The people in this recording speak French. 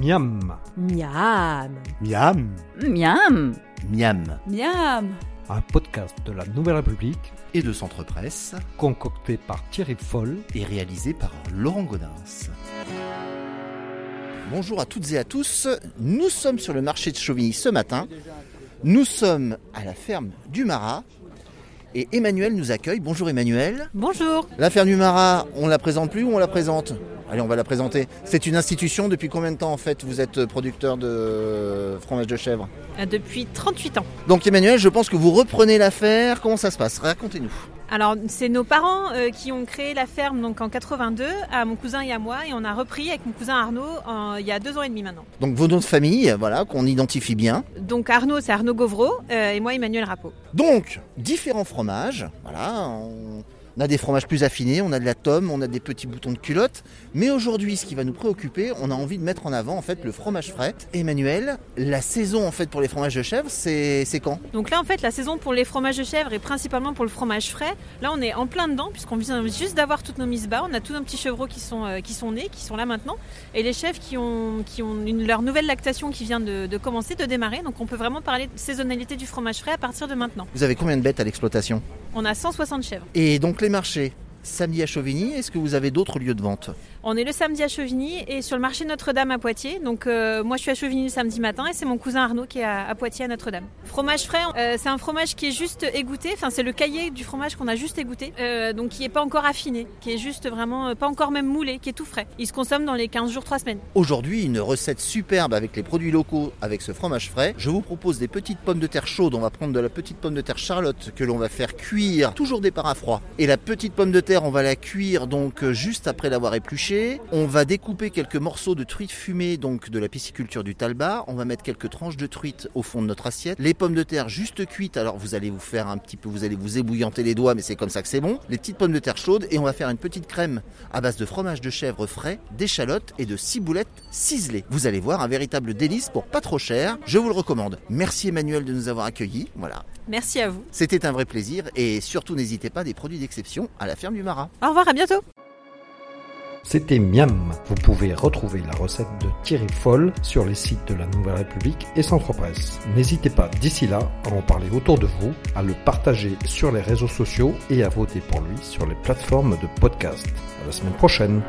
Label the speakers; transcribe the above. Speaker 1: miam.
Speaker 2: Miam.
Speaker 1: Miam.
Speaker 2: Miam.
Speaker 3: Miam
Speaker 2: Miam.
Speaker 1: Un podcast de la Nouvelle République
Speaker 3: et de Centre Presse
Speaker 1: concocté par Thierry Foll.
Speaker 3: est réalisé par Laurent Gaudens. Bonjour à toutes et à tous. Nous sommes sur le marché de Chauvigny ce matin. Nous sommes à la ferme du Marat et Emmanuel nous accueille. Bonjour Emmanuel.
Speaker 2: Bonjour.
Speaker 3: La ferme du Marat, on la présente plus ou on la présente Allez, on va la présenter. C'est une institution. Depuis combien de temps en fait vous êtes producteur de fromage de chèvre
Speaker 2: Euh, Depuis 38 ans.
Speaker 3: Donc Emmanuel, je pense que vous reprenez l'affaire. Comment ça se passe Racontez-nous.
Speaker 2: Alors, c'est nos parents euh, qui ont créé la ferme donc en 82 à mon cousin et à moi, et on a repris avec mon cousin Arnaud en- il y a deux ans et demi maintenant.
Speaker 3: Donc vos noms de famille, voilà, qu'on identifie bien.
Speaker 2: Donc Arnaud, c'est Arnaud Gauvreau, euh, et moi Emmanuel Rapeau.
Speaker 3: Donc, différents fromages. Voilà, on on a des fromages plus affinés, on a de la tome, on a des petits boutons de culotte. Mais aujourd'hui, ce qui va nous préoccuper, on a envie de mettre en avant en fait le fromage frais. Emmanuel, la saison en fait pour les fromages de chèvre, c'est c'est quand
Speaker 2: Donc là, en fait, la saison pour les fromages de chèvre et principalement pour le fromage frais, là, on est en plein dedans puisqu'on vient juste d'avoir toutes nos mises bas. On a tous nos petits chevreaux qui sont, euh, qui sont nés, qui sont là maintenant. Et les chèvres qui ont, qui ont une- leur nouvelle lactation qui vient de, de commencer, de démarrer. Donc on peut vraiment parler de saisonnalité du fromage frais à partir de maintenant.
Speaker 3: Vous avez combien de bêtes à l'exploitation
Speaker 2: On a 160 chèvres.
Speaker 3: Et donc les marchés Samedi à Chauvigny, est-ce que vous avez d'autres lieux de vente
Speaker 2: On est le samedi à Chevigny et sur le marché Notre-Dame à Poitiers. Donc euh, moi je suis à Chevigny le samedi matin et c'est mon cousin Arnaud qui est à, à Poitiers à Notre-Dame. Fromage frais, euh, c'est un fromage qui est juste égoutté, enfin c'est le cahier du fromage qu'on a juste égoutté, euh, donc qui n'est pas encore affiné, qui est juste vraiment euh, pas encore même moulé, qui est tout frais. Il se consomme dans les 15 jours, 3 semaines.
Speaker 3: Aujourd'hui, une recette superbe avec les produits locaux, avec ce fromage frais. Je vous propose des petites pommes de terre chaudes. On va prendre de la petite pomme de terre Charlotte que l'on va faire cuire, toujours des parts à froid. Et la petite pomme de terre, on va la cuire donc euh, juste après l'avoir épluchée. On va découper quelques morceaux de truite fumée, donc de la pisciculture du Talba. On va mettre quelques tranches de truite au fond de notre assiette. Les pommes de terre juste cuites, alors vous allez vous faire un petit peu, vous allez vous ébouillanter les doigts, mais c'est comme ça que c'est bon. Les petites pommes de terre chaudes et on va faire une petite crème à base de fromage de chèvre frais, d'échalotes et de ciboulette ciselée. Vous allez voir un véritable délice pour pas trop cher. Je vous le recommande. Merci Emmanuel de nous avoir accueillis. Voilà,
Speaker 2: Merci à vous.
Speaker 3: c'était un vrai plaisir et surtout n'hésitez pas des produits d'exception à la ferme du Marat.
Speaker 2: Au revoir, à bientôt.
Speaker 1: C'était miam. Vous pouvez retrouver la recette de Thierry Foll sur les sites de la Nouvelle République et Centre Presse. N'hésitez pas d'ici là à en parler autour de vous, à le partager sur les réseaux sociaux et à voter pour lui sur les plateformes de podcast. À la semaine prochaine.